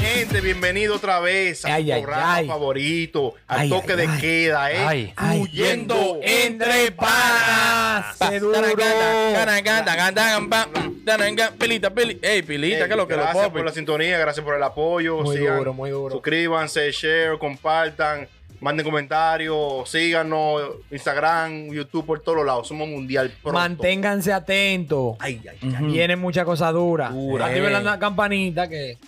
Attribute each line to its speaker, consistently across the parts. Speaker 1: Gente, bienvenido otra vez a
Speaker 2: Ay,
Speaker 1: su
Speaker 2: ay,
Speaker 1: programa
Speaker 2: ay.
Speaker 1: favorito, al
Speaker 2: Ay,
Speaker 1: toque
Speaker 2: ay,
Speaker 1: de
Speaker 2: ay.
Speaker 1: queda, ¿eh?
Speaker 3: Ay.
Speaker 1: Fluyendo
Speaker 2: entre panas.
Speaker 4: Pa-
Speaker 2: Qué duro.
Speaker 4: taranganda, taranganda, gandanga, pam, mm, taranga, Pilita, pili. Ey, pilita,
Speaker 1: Ey,
Speaker 4: que lo que lo
Speaker 1: gracias
Speaker 4: popi.
Speaker 1: por la sintonía, gracias por el apoyo.
Speaker 2: Muy
Speaker 1: sigan,
Speaker 2: duro, muy duro.
Speaker 1: Suscríbanse, share, compartan, manden comentarios, síganos, Instagram, YouTube, por todos lados. Somos mundial pronto.
Speaker 2: Manténganse atentos.
Speaker 1: Ay, ay, ay.
Speaker 2: Vienen muchas cosas duras.
Speaker 1: Dura.
Speaker 2: Activen
Speaker 1: Ey.
Speaker 2: la campanita que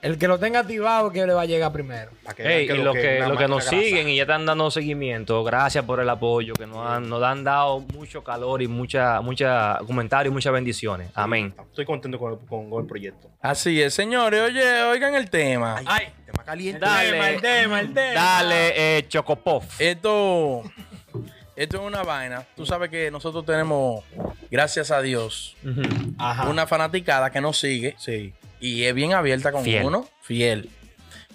Speaker 2: el que lo tenga activado es que le va a llegar primero.
Speaker 1: Pa' que
Speaker 3: Ey,
Speaker 1: vean
Speaker 3: y los que,
Speaker 1: nada
Speaker 3: los
Speaker 1: más
Speaker 3: que nos
Speaker 1: la grasa.
Speaker 3: siguen y ya están dando seguimiento, gracias por el apoyo, que nos han, nos han dado mucho calor y mucha, mucha comentarios y muchas bendiciones. Amén.
Speaker 1: Estoy contento con, con- con el proyecto.
Speaker 4: Así es, señores. Oye, oigan el tema.
Speaker 2: Ay,
Speaker 1: Tema caliente.
Speaker 3: Dale,
Speaker 2: tema, el tema.
Speaker 3: dale, eh, Chocopof.
Speaker 4: Esto, esto es una vaina. Tú sabes que nosotros tenemos, gracias a Dios,
Speaker 3: Ujú.
Speaker 2: Ajá.
Speaker 4: una fanaticada que nos sigue
Speaker 1: Sí.
Speaker 4: y es bien abierta con
Speaker 3: Fiel.
Speaker 4: uno, fiel.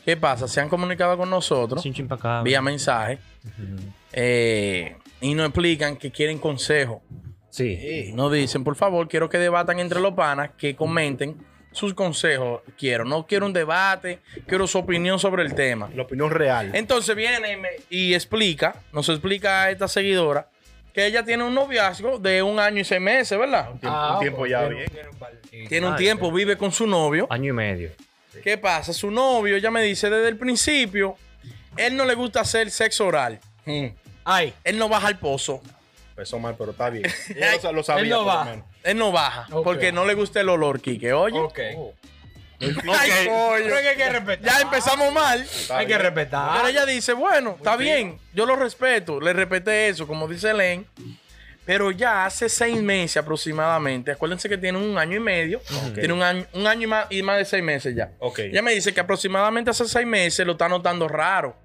Speaker 4: ¿Qué pasa? Se han comunicado con nosotros
Speaker 3: Chin, chin pa' acá.
Speaker 4: vía mensaje
Speaker 3: Ujú.
Speaker 4: eh, y nos explican que quieren consejo.
Speaker 3: Sí.
Speaker 1: Eh.
Speaker 4: Nos dicen, por favor, quiero que debatan entre los panas, que comenten sus consejos. Quiero, no quiero un debate, quiero su opinión sobre el tema.
Speaker 1: La opinión real.
Speaker 4: Entonces viene y, me- y explica, nos explica a esta seguidora que ella tiene un noviazgo de un año y seis meses, ¿verdad?
Speaker 1: Tiempo-
Speaker 2: Ah,
Speaker 1: un tiempo ya bien.
Speaker 4: Tiene un
Speaker 3: Ay,
Speaker 4: tiempo, vive con su novio.
Speaker 3: Año y medio.
Speaker 4: ¿Qué pasa? Su novio, ella me dice desde el principio, él no le gusta hacer sexo oral. Mm.
Speaker 2: Ay,
Speaker 4: Él no baja al pozo.
Speaker 1: Empezó mal, pero está bien. Ya lo, lo
Speaker 2: Él
Speaker 1: sabía,
Speaker 2: no
Speaker 1: por
Speaker 2: va.
Speaker 1: lo menos.
Speaker 4: Él no baja
Speaker 2: Ok.
Speaker 4: porque no le gusta el olor, Quique. Oye.
Speaker 2: ok.
Speaker 4: Ay, coño.
Speaker 2: Creo que hay que respetar.
Speaker 4: Ya empezamos mal.
Speaker 1: Está
Speaker 2: Hay que
Speaker 1: bien.
Speaker 2: respetar.
Speaker 1: Ah.
Speaker 4: Pero ella dice, bueno, está bien, yo lo respeto, le respeté eso, como dice Len. Pero ya hace seis meses aproximadamente, acuérdense que tiene un año y medio, tiene un año, un año y, más, y más de seis meses ya.
Speaker 1: Ok.
Speaker 4: Ella me dice que aproximadamente hace seis meses lo está notando raro.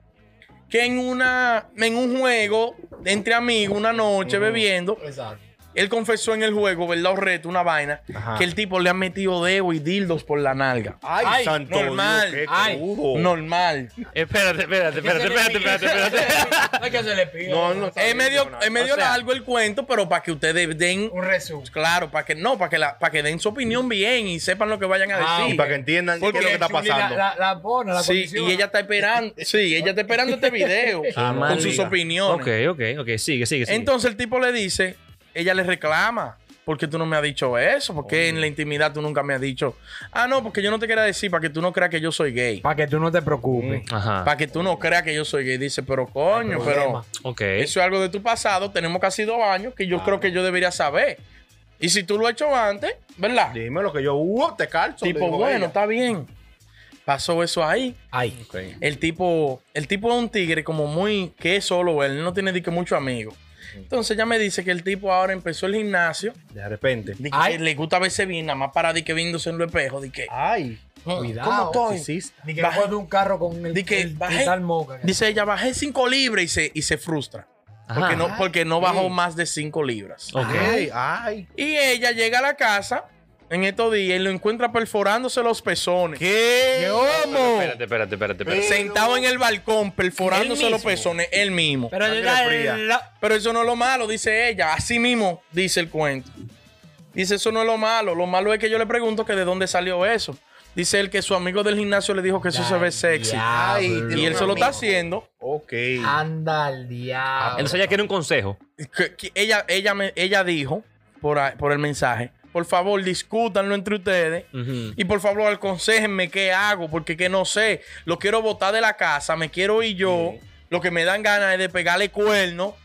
Speaker 4: Que en, una, en un juego entre amigos, una noche bebiendo,
Speaker 2: Exacto.
Speaker 4: él confesó en el juego, ¿verdad? Un reto, una vaina,
Speaker 1: Ajá.
Speaker 4: que el tipo le ha metido dedo y dildos por la nalga.
Speaker 1: Ay,
Speaker 2: Ay,
Speaker 1: santo
Speaker 4: normal.
Speaker 1: Dios, qué
Speaker 2: Ay.
Speaker 1: crudo.
Speaker 4: Normal.
Speaker 3: Espérate, espérate, espérate, espérate, espérate, espérate.
Speaker 2: No es que se le pide.
Speaker 1: No, no está
Speaker 4: Es
Speaker 1: bien,
Speaker 4: medio,
Speaker 1: Leonardo.
Speaker 4: es medio
Speaker 1: O sea,
Speaker 4: largo el cuento, pero para que ustedes den,
Speaker 2: Un resumen.
Speaker 4: claro, para que no, para que, la- para que den su opinión bien y sepan lo que vayan a
Speaker 2: Ah,
Speaker 4: decir.
Speaker 1: Y para que entiendan qué es lo que está
Speaker 2: Chuli
Speaker 1: pasando.
Speaker 2: La, la, la pone, la
Speaker 4: Sí,
Speaker 2: condiciona.
Speaker 4: y ella está esperando, sí, ella está esperando este video con
Speaker 3: mal
Speaker 4: sus
Speaker 3: día.
Speaker 4: opiniones.
Speaker 3: Ah, Ok, ok, ok, sigue, sigue, sigue.
Speaker 4: Entonces el tipo le dice, ella le reclama, ¿por qué tú no me has dicho eso? ¿Por qué en la intimidad tú nunca me has dicho? Ah, no, porque yo no te quería decir para que tú no creas que yo soy gay.
Speaker 2: Para que tú no te preocupes.
Speaker 1: Mm.
Speaker 3: Ajá.
Speaker 4: Para que tú no creas que yo soy gay. Dice, pero coño, pero...
Speaker 2: problema.
Speaker 3: Ok.
Speaker 4: Eso es algo de tu pasado. Tenemos casi dos años que yo creo que yo debería saber. Y si tú lo has hecho antes, ¿verdad?
Speaker 1: Dime lo que yo uh, te calzo. le
Speaker 4: tipo,
Speaker 1: dijo
Speaker 4: bueno,
Speaker 1: ella.
Speaker 4: está bien. Pasó eso ahí.
Speaker 2: Ay.
Speaker 4: El tipo, el tipo es un tigre como muy que es solo él, no tiene ni que mucho amigo. Entonces ya me dice que el tipo ahora empezó el gimnasio.
Speaker 1: De repente.
Speaker 4: di que
Speaker 2: Ay.
Speaker 4: le gusta verse bien, nada más para di que viéndose en el espejo, di que
Speaker 1: Ay.
Speaker 4: "Mm, ¿Cómo
Speaker 2: cuidado,
Speaker 4: estoy?"
Speaker 1: narcisista.
Speaker 2: Ni que
Speaker 4: Bajé-
Speaker 2: coge un carro con el,
Speaker 4: di que
Speaker 2: el
Speaker 4: bajé-
Speaker 2: cristal moca.
Speaker 4: Dice ella, bajé 5 libras y se, y se frustra.
Speaker 3: Ajá.
Speaker 4: Porque no, porque no bajó más de 5 libras.
Speaker 3: Ok.
Speaker 1: Ay, ay.
Speaker 4: Y ella llega a la casa en estos días y lo encuentra perforándose los pezones.
Speaker 1: ¿Qué?
Speaker 4: ¿Cómo?
Speaker 3: Espérate, espérate, espérate, espérate.
Speaker 4: Sentado en el balcón, perforándose
Speaker 2: Él
Speaker 4: los
Speaker 2: mismo.
Speaker 4: pezones, él mismo.
Speaker 2: Pero
Speaker 1: Sangre
Speaker 2: ya
Speaker 1: fría.
Speaker 2: la-
Speaker 4: Pero eso no es lo malo, dice ella. Así mismo dice el cuento. Dice, eso no es lo malo. Lo malo es que yo le pregunto que de dónde salió eso. Dice él que su amigo del gimnasio le dijo que eso se ve sexy.
Speaker 1: Ay,
Speaker 2: diablo.
Speaker 4: Y él se lo está haciendo.
Speaker 1: Ok.
Speaker 2: Anda al diablo.
Speaker 3: Entonces ella quiere un consejo.
Speaker 4: Que- que ella, ella, me- ella dijo por, ahí- por el mensaje, por favor, discútanlo entre ustedes.
Speaker 3: Ujú.
Speaker 4: Y por favor, aconsejenme qué hago, porque que no sé. Lo quiero botar de la casa, me quiero ir yo. Lo que me dan ganas es de pegarle cuerno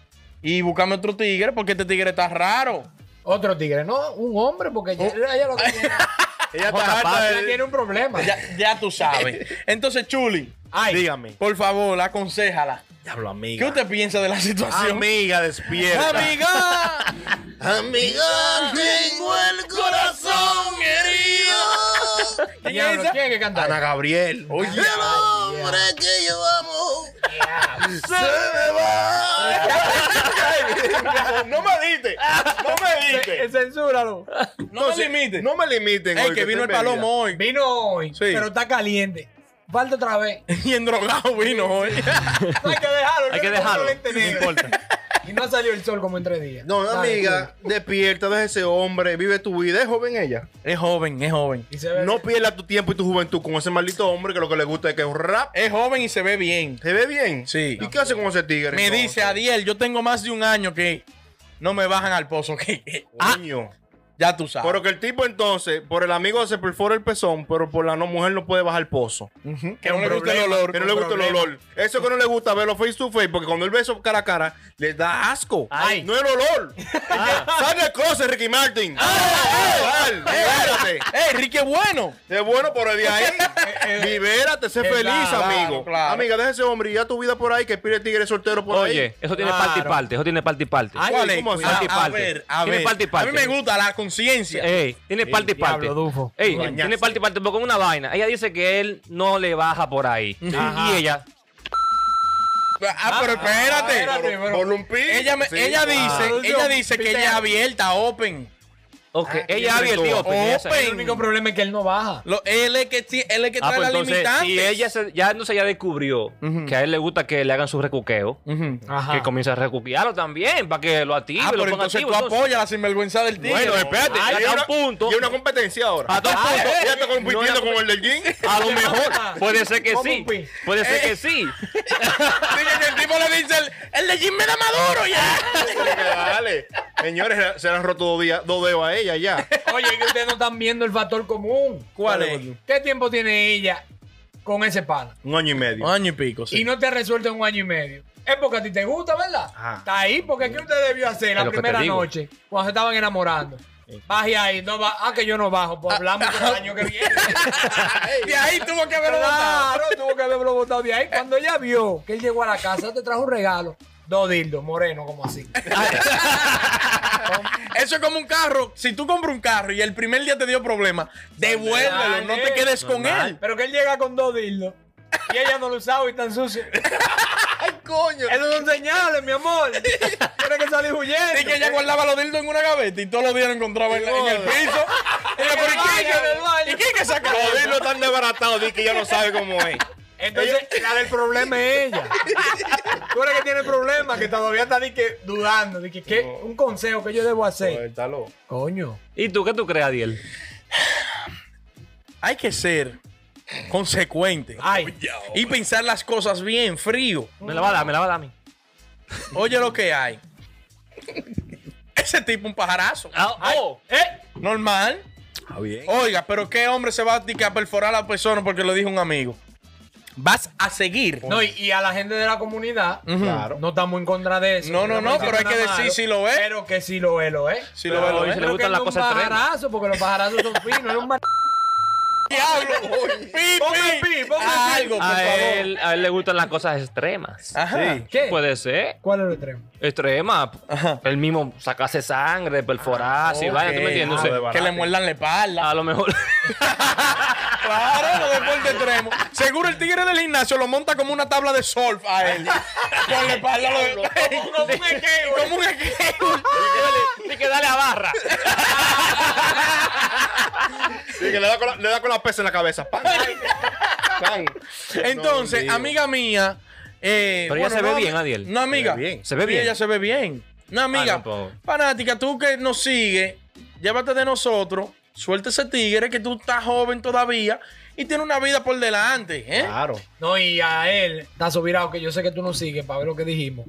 Speaker 4: y buscarme otro tigre, porque este tigre está raro.
Speaker 2: Otro tigre, no, un hombre, porque ya, ella lo que tiene,
Speaker 1: Ella
Speaker 3: Jota
Speaker 1: está harta
Speaker 3: Paz.
Speaker 2: ella
Speaker 1: de-
Speaker 2: tiene un problema.
Speaker 4: Ya, ya tú sabes. Entonces, Chuli,
Speaker 2: Ay,
Speaker 1: Dígame.
Speaker 4: por favor, aconsejala.
Speaker 1: Diablo,
Speaker 4: ¿Qué
Speaker 1: amiga. Ah,
Speaker 4: usted piensa de la situación?
Speaker 1: Amiga, despierta.
Speaker 4: ¡Amiga!
Speaker 1: Amiga, tengo el corazón herido.
Speaker 4: ¿Quién es
Speaker 2: diablo,
Speaker 4: esa?
Speaker 2: ¿quién es que canta?
Speaker 1: Ana Gabriel.
Speaker 4: Oye,
Speaker 2: hombre
Speaker 1: que yo amo.
Speaker 4: se me va.
Speaker 1: No me diste. No me
Speaker 5: Eh,
Speaker 1: diste.
Speaker 5: Censúralo.
Speaker 4: No me limites.
Speaker 1: No me limiten.
Speaker 4: Ey,
Speaker 1: hoy,
Speaker 4: que vino el
Speaker 1: estoy en
Speaker 4: palomo hoy.
Speaker 5: Vino hoy.
Speaker 4: Sí.
Speaker 2: Pero está caliente. Falta otra vez.
Speaker 4: Y en drogado vino hoy.
Speaker 5: No hay que dejarlo.
Speaker 3: Hay que
Speaker 5: no le pongo
Speaker 3: dejarlo.
Speaker 5: lente
Speaker 3: No
Speaker 5: negro.
Speaker 3: importa.
Speaker 2: Y no salió el sol como en tres días.
Speaker 1: No,
Speaker 2: Dale,
Speaker 1: amiga, despierta, deja ese hombre, vive tu vida. Es joven ella.
Speaker 4: Es joven, es joven.
Speaker 2: Y se ve.
Speaker 1: No pierdas tu tiempo y tu juventud con ese maldito hombre que lo que le gusta es que es un rap.
Speaker 4: Es joven y se ve bien.
Speaker 1: ¿Se ve bien?
Speaker 4: Sí.
Speaker 1: ¿Y qué hace con ese tigre?
Speaker 4: Me
Speaker 1: entonces?
Speaker 4: dice, "Ah, Adiel, yo tengo más de un año que no me bajan al pozo. Que, ah,
Speaker 1: Coño.
Speaker 4: ya tú sabes.
Speaker 1: Pero que el tipo entonces, por el amigo se perfora el pezón, pero por la no mujer no puede bajar el pozo.
Speaker 4: Ujú.
Speaker 1: Que
Speaker 4: no le gusta el olor.
Speaker 1: Que no le gusta el olor. Eso que no le gusta verlo face to face, porque cuando él ve eso cara a cara, le da asco.
Speaker 3: Ay.
Speaker 1: No el olor. Es que
Speaker 4: Ah.
Speaker 1: Sale el closet, Ricky Martin.
Speaker 4: eh.
Speaker 1: Ay, libérate.
Speaker 4: ¡Ey, Ricky es bueno!
Speaker 1: Es bueno, pero de ahí, eh, libérate, sé
Speaker 4: Claro,
Speaker 1: feliz, amigo.
Speaker 4: claro.
Speaker 1: Amiga, deja ese hombre y ya tu vida por ahí, que pide tigre soltero por ahí.
Speaker 3: Oye, eso tiene parte y parte. Eso tiene parte y parte.
Speaker 1: Ay,
Speaker 4: ¿Cuál es?
Speaker 1: ¿cómo así?
Speaker 4: Ah,
Speaker 3: Parte y
Speaker 4: A
Speaker 3: parte.
Speaker 4: ver, a
Speaker 3: Tiene
Speaker 4: ver.
Speaker 3: parte y parte. Eh,
Speaker 4: A mí me gusta la conciencia.
Speaker 3: Ey, tiene parte y parte.
Speaker 2: diablo, Dufo.
Speaker 3: Ey,
Speaker 1: Bañarse.
Speaker 3: tiene parte y parte, pero con una vaina. Ella dice que él no le baja por ahí. Y ella,
Speaker 4: Ah, pero espérate.
Speaker 5: espérate, pero-
Speaker 1: Por un pin.
Speaker 4: Ella, me-
Speaker 1: Sí.
Speaker 4: ella dice,
Speaker 5: claro.
Speaker 4: ella dice que ella es abierta, open.
Speaker 3: ok,
Speaker 4: Ah,
Speaker 1: que
Speaker 3: ella
Speaker 1: siempre
Speaker 3: abre el tío.
Speaker 1: estuvo.
Speaker 3: pero ella se-
Speaker 4: Open.
Speaker 2: El único problema es que él no baja.
Speaker 4: Lo- él es que, ti- él es que
Speaker 3: Ah,
Speaker 4: trae
Speaker 3: pues
Speaker 4: la
Speaker 3: entonces,
Speaker 4: limitante.
Speaker 3: si ella se- ya, entonces ya descubrió
Speaker 4: Ujú.
Speaker 3: que a él le gusta que le hagan su recuqueo,
Speaker 4: Ujú.
Speaker 2: Ajá.
Speaker 3: que comience a recuquearlo también, para que lo active,
Speaker 4: Ah,
Speaker 3: lo
Speaker 4: pero
Speaker 3: ponga
Speaker 4: entonces
Speaker 3: activo.
Speaker 4: tú
Speaker 3: entonces.
Speaker 4: apoyas la sinvergüenza del tigre.
Speaker 1: Bueno, espérate.
Speaker 3: Ay,
Speaker 1: y
Speaker 3: a
Speaker 1: hay
Speaker 3: un
Speaker 1: una,
Speaker 3: punto.
Speaker 1: y hay una competencia ahora.
Speaker 3: A dos puntos.
Speaker 1: Ella está compitiendo
Speaker 3: No,
Speaker 1: con el del jean.
Speaker 3: A lo mejor, puede ser que
Speaker 2: Como
Speaker 3: sí.
Speaker 2: un pi.
Speaker 3: Puede ser
Speaker 4: Eh.
Speaker 3: que sí.
Speaker 4: Dije que el tipo le dice, el, el de Jim me da maduro ya.
Speaker 1: Dale. Señores, se le han roto dos, días- dos dedos a ella ya.
Speaker 2: Oye, que ustedes no están viendo el factor común.
Speaker 4: ¿Cuál es?
Speaker 2: ¿Qué tiempo tiene ella con ese pana?
Speaker 1: Un año y medio.
Speaker 4: Un año y pico, sí.
Speaker 2: Y no te ha resuelto en un año y medio. Es porque a ti te gusta, ¿verdad?
Speaker 1: Ajá.
Speaker 2: Está ahí, porque ¿qué usted debió hacer
Speaker 3: Es
Speaker 2: la
Speaker 3: lo que te
Speaker 2: primera
Speaker 3: digo.
Speaker 2: noche cuando se estaban enamorando? Baje ahí, no ba- ah, que yo no bajo, pues hablamos el año que viene.
Speaker 4: De ahí tuvo ah, que haberlo votado.
Speaker 2: claro, tuvo que haberlo botado de ahí. Cuando ella vio que él llegó a la casa, te trajo un regalo. Dos dildos, moreno, como así.
Speaker 4: Eso es como un carro. Si tú compras un carro y el primer día te dio problema, devuélvelo. No te quedes con él.
Speaker 2: Pero que él llega con dos dildos. Y ella no lo usaba y tan sucio.
Speaker 1: ¡Ay, coño!
Speaker 2: Esos son señales, mi amor. Tienes que salir huyendo.
Speaker 4: Y que ella guardaba los dildos en una gaveta y todos los días lo encontraba en, la- en el piso. Y yo, pero ¿y quién
Speaker 2: En el baño.
Speaker 4: que- ¿Y quién que saca
Speaker 1: Los
Speaker 4: los
Speaker 1: dedos
Speaker 4: dildos?
Speaker 1: están desbaratados, di que ya no sabe cómo es.
Speaker 2: Entonces, la del problema es ella. Tú eres que tiene el problema, que todavía está di que, dudando. De que, ¿qué? un consejo que yo debo hacer.
Speaker 1: Suéltalo.
Speaker 2: Coño.
Speaker 3: ¿Y tú qué tú crees, Adiel?
Speaker 4: Hay que ser consecuente
Speaker 2: Ay.
Speaker 4: y pensar las cosas bien, frío.
Speaker 3: Me la va a dar, me la va a dar a mí.
Speaker 4: Oye lo que hay. Ese tipo un pajarazo.
Speaker 3: Ah, oh.
Speaker 2: ¿Eh?
Speaker 4: Normal.
Speaker 1: Oh,
Speaker 4: Oiga, pero qué hombre se va a, di que a perforar a la persona porque lo dijo un amigo. Vas a seguir.
Speaker 2: No, y, y a la gente de la comunidad,
Speaker 4: Ujú.
Speaker 1: Claro.
Speaker 2: no estamos en contra de eso.
Speaker 4: No, no, no, pero hay que
Speaker 2: nada
Speaker 4: decir si lo es.
Speaker 2: Pero que si lo es, lo es.
Speaker 4: Si
Speaker 3: Pero
Speaker 4: lo ve, lo
Speaker 3: hoy
Speaker 4: ve.
Speaker 3: se le
Speaker 2: Pero
Speaker 3: gustan
Speaker 2: que él
Speaker 3: las
Speaker 2: no es
Speaker 3: cosas
Speaker 2: un
Speaker 3: extremas.
Speaker 2: pajarazo, porque los pajarazos son finos. Es un mar...
Speaker 4: Diablo. Pi,
Speaker 2: Ponme pi, ponme pi.
Speaker 4: Algo, por
Speaker 3: A
Speaker 4: favor. Ah,
Speaker 3: él, a él le gustan las cosas extremas.
Speaker 4: Ajá.
Speaker 1: Sí.
Speaker 2: ¿Qué?
Speaker 3: Puede ser.
Speaker 2: ¿Cuál es el extremo?
Speaker 3: Extrema.
Speaker 4: Ajá.
Speaker 3: Él mismo sacarse sangre, perforarse y
Speaker 4: Ok.
Speaker 3: vaina, ¿tú me entiendes?
Speaker 4: Ah,
Speaker 3: O sea,
Speaker 4: que le muerdan la espalda.
Speaker 3: a lo mejor.
Speaker 2: Ah.
Speaker 4: Claro, los deportes extremos. Seguro el tigre del gimnasio lo monta como una tabla de surf a él. Con la espalda lo
Speaker 2: Como un ¿eh? esquema.
Speaker 4: Como un esquema.
Speaker 3: Tienes que darle a barra.
Speaker 1: Sí, que le da con la, le da con la pesa en la cabeza. ¡Pam! ¡Pam!
Speaker 4: Entonces,
Speaker 1: No,
Speaker 4: amiga mía. eh,
Speaker 3: Pero ella se ve
Speaker 4: no,
Speaker 3: bien,
Speaker 4: ami-
Speaker 3: Adiel.
Speaker 4: No, amiga.
Speaker 1: Se ve bien.
Speaker 3: Se ve
Speaker 4: Sí,
Speaker 3: bien.
Speaker 4: Ella se ve bien. No,
Speaker 3: Ah,
Speaker 4: amiga.
Speaker 3: no, po.
Speaker 4: fanática, tú que nos sigues, llévate de nosotros. Suelta ese tigre que tú estás joven todavía y tiene una vida por delante. ¿eh?
Speaker 1: Claro.
Speaker 2: No, y a él, está Virado, que yo sé que tú no sigues para ver lo que dijimos.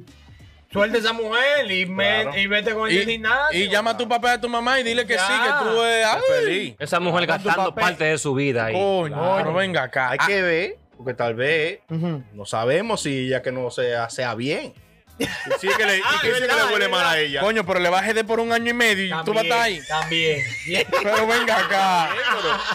Speaker 2: Suelta esa mujer y, me-
Speaker 1: Claro.
Speaker 2: y vete con ella al
Speaker 4: Y,
Speaker 2: gimnasio.
Speaker 4: y llama a tu papá y a tu mamá y dile que
Speaker 2: Ya.
Speaker 4: sí, que tú eres ay,
Speaker 1: Feliz.
Speaker 3: Esa mujer
Speaker 2: Con tu
Speaker 3: gastando
Speaker 2: papel.
Speaker 3: parte de su vida ahí.
Speaker 4: Coño, pero venga acá.
Speaker 1: Hay
Speaker 4: Ah,
Speaker 1: que ver, porque tal vez
Speaker 4: ujú.
Speaker 1: no sabemos si ella que no sea, sea bien. Y sí que le, y
Speaker 2: Ah,
Speaker 1: que, sí que
Speaker 2: verdad,
Speaker 1: le huele mal a
Speaker 2: verdad.
Speaker 1: ella.
Speaker 4: Coño, pero le bajé de por un año y medio y
Speaker 2: También,
Speaker 4: tú vas a estar ahí.
Speaker 2: También. Bien.
Speaker 4: Pero venga acá.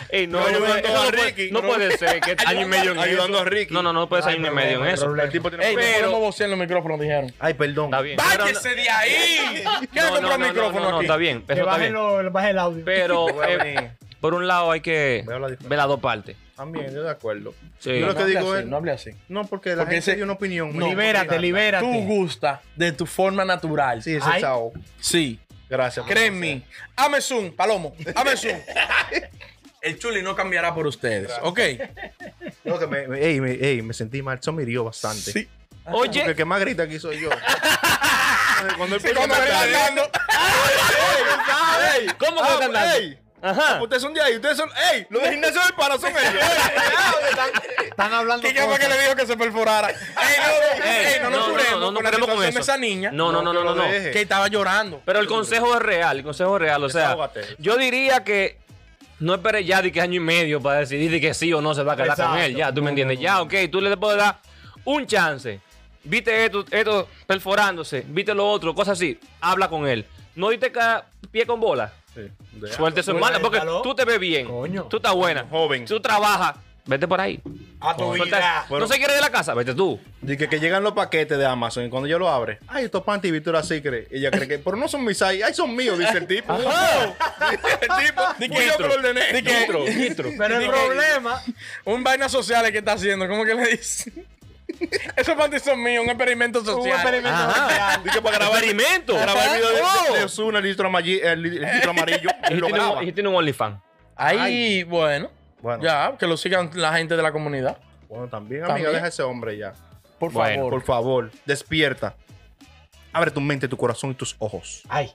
Speaker 3: Ey, no,
Speaker 1: Pero
Speaker 3: no, eso
Speaker 1: ayudando a
Speaker 3: no puede-
Speaker 1: Ricky,
Speaker 3: no
Speaker 1: bro.
Speaker 3: puede ser que año y medio en eso.
Speaker 1: Ayudando a Ricky.
Speaker 3: No, no, no puede ser año y medio en eso.
Speaker 1: El tipo tiene
Speaker 4: Ey,
Speaker 3: Pero-
Speaker 4: pero no vocear en los micrófonos, dijeron.
Speaker 1: Ay, perdón.
Speaker 3: Está bien.
Speaker 4: ¡Váyese de ahí! ¿Qué
Speaker 3: Pero
Speaker 4: no,
Speaker 3: no- eh, no,
Speaker 4: comprar
Speaker 3: no, no,
Speaker 4: micrófono
Speaker 3: no, no,
Speaker 4: aquí?
Speaker 3: está bien.
Speaker 2: Que
Speaker 3: Eso está
Speaker 2: baje,
Speaker 3: bien.
Speaker 2: lo- baje el audio.
Speaker 3: Pero,
Speaker 1: Voy a
Speaker 3: eh,
Speaker 1: venir.
Speaker 3: por un lado, hay que
Speaker 1: Voy a hablar diferente.
Speaker 3: ver las dos partes.
Speaker 1: También, estoy de acuerdo.
Speaker 3: Sí.
Speaker 1: Yo lo
Speaker 4: No
Speaker 1: que
Speaker 4: hable
Speaker 1: digo
Speaker 4: así,
Speaker 1: es.
Speaker 4: No hable así.
Speaker 1: No, porque la
Speaker 4: Porque
Speaker 1: gente
Speaker 4: ese-
Speaker 1: tiene una opinión.
Speaker 4: No.
Speaker 2: libérate, libérate.
Speaker 4: Tú gusta de tu forma natural.
Speaker 1: Sí, ese
Speaker 2: Ay.
Speaker 1: chao.
Speaker 4: Sí. Ah,
Speaker 1: Gracias.
Speaker 4: Créeme. Ame zoom, Palomo. Ame zoom. El chuli no cambiará por ustedes. Ok.
Speaker 1: No, que me, me- ey, me, ey, me sentí mal. Eso me hirió bastante.
Speaker 4: Sí.
Speaker 1: Porque
Speaker 3: Oye,
Speaker 1: el que más grita aquí soy yo. Cuando él
Speaker 4: Cuando me están dando- Ah,
Speaker 3: ¿cómo que están dando? Ajá.
Speaker 1: Ah, Ustedes son de ahí, ustedes son. ¡Ey! Los de gimnasio del para son ellos.
Speaker 2: Están hablando
Speaker 4: ¿Qué fue
Speaker 2: cosas.
Speaker 4: que le dijo que se perforara? Ey, no,
Speaker 3: Ey,
Speaker 4: ey, no nos
Speaker 3: no,
Speaker 4: curemos
Speaker 3: no, no, no
Speaker 4: con la
Speaker 3: curemos con
Speaker 4: situación de
Speaker 3: eso.
Speaker 4: esa niña
Speaker 3: No, no, no, no, no. no.
Speaker 1: deje.
Speaker 4: que estaba llorando.
Speaker 3: Pero el consejo es real, el consejo es real. O sea,
Speaker 1: Desahógate.
Speaker 3: yo diría que no esperes ya de que año y medio para decidir de que sí o no se va a quedar con
Speaker 2: Exacto.
Speaker 3: él. Ya, tú me entiendes. Ya, ok, tú le puedes dar un chance. Viste esto, esto perforándose, viste lo otro, cosas así. Habla con él. No diste ca- pie con bola.
Speaker 1: Sí, de-
Speaker 3: Suerte su hermana, porque
Speaker 2: déjalo.
Speaker 3: tú te ves bien.
Speaker 2: Coño.
Speaker 3: Tú estás buena.
Speaker 1: Joven.
Speaker 3: Tú trabajas. Vete por ahí.
Speaker 2: A tu
Speaker 3: Suelta-
Speaker 2: vida.
Speaker 3: no se quiere ir de la casa, vete tú.
Speaker 1: Dice que, que llegan los paquetes de Amazon y cuando yo lo abre, ay, estos panty Victoria's Secret. Y ella cree que, pero no son mis ahí, ay, son míos, dice el tipo. el tipo, fui yo que lo ordené. Nitro.
Speaker 2: Pero el problema,
Speaker 4: Un vaina social es que está haciendo, ¿cómo que le dice? Esos panties son míos, un experimento
Speaker 2: un
Speaker 4: social.
Speaker 2: experimento
Speaker 3: Ajá.
Speaker 2: social.
Speaker 1: Dice que para grabar,
Speaker 3: Experimento.
Speaker 1: para grabar el video de,
Speaker 3: Oh.
Speaker 1: de- de Ozuna, el litro amarillo, el, li- el litro amarillo y
Speaker 3: Y
Speaker 1: lo
Speaker 3: tiene,
Speaker 1: graba.
Speaker 3: un- y tiene un OnlyFans.
Speaker 4: Ah, Ahí, bueno,
Speaker 1: Bueno.
Speaker 4: Ya, que lo sigan la gente de la comunidad.
Speaker 1: Bueno, también, amiga,
Speaker 4: También.
Speaker 1: deja ese hombre ya.
Speaker 4: Por
Speaker 3: Bueno,
Speaker 4: favor.
Speaker 1: Por favor, despierta. Abre tu mente, tu corazón y tus ojos.
Speaker 2: Ay.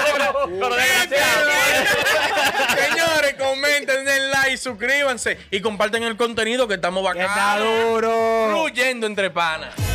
Speaker 3: Pero desgraciado.
Speaker 2: eh.
Speaker 4: Señores, comenten, den like, suscríbanse y comparten el contenido que estamos
Speaker 2: Que está
Speaker 4: bacanos.
Speaker 2: duro.
Speaker 4: Fluyendo entre panas.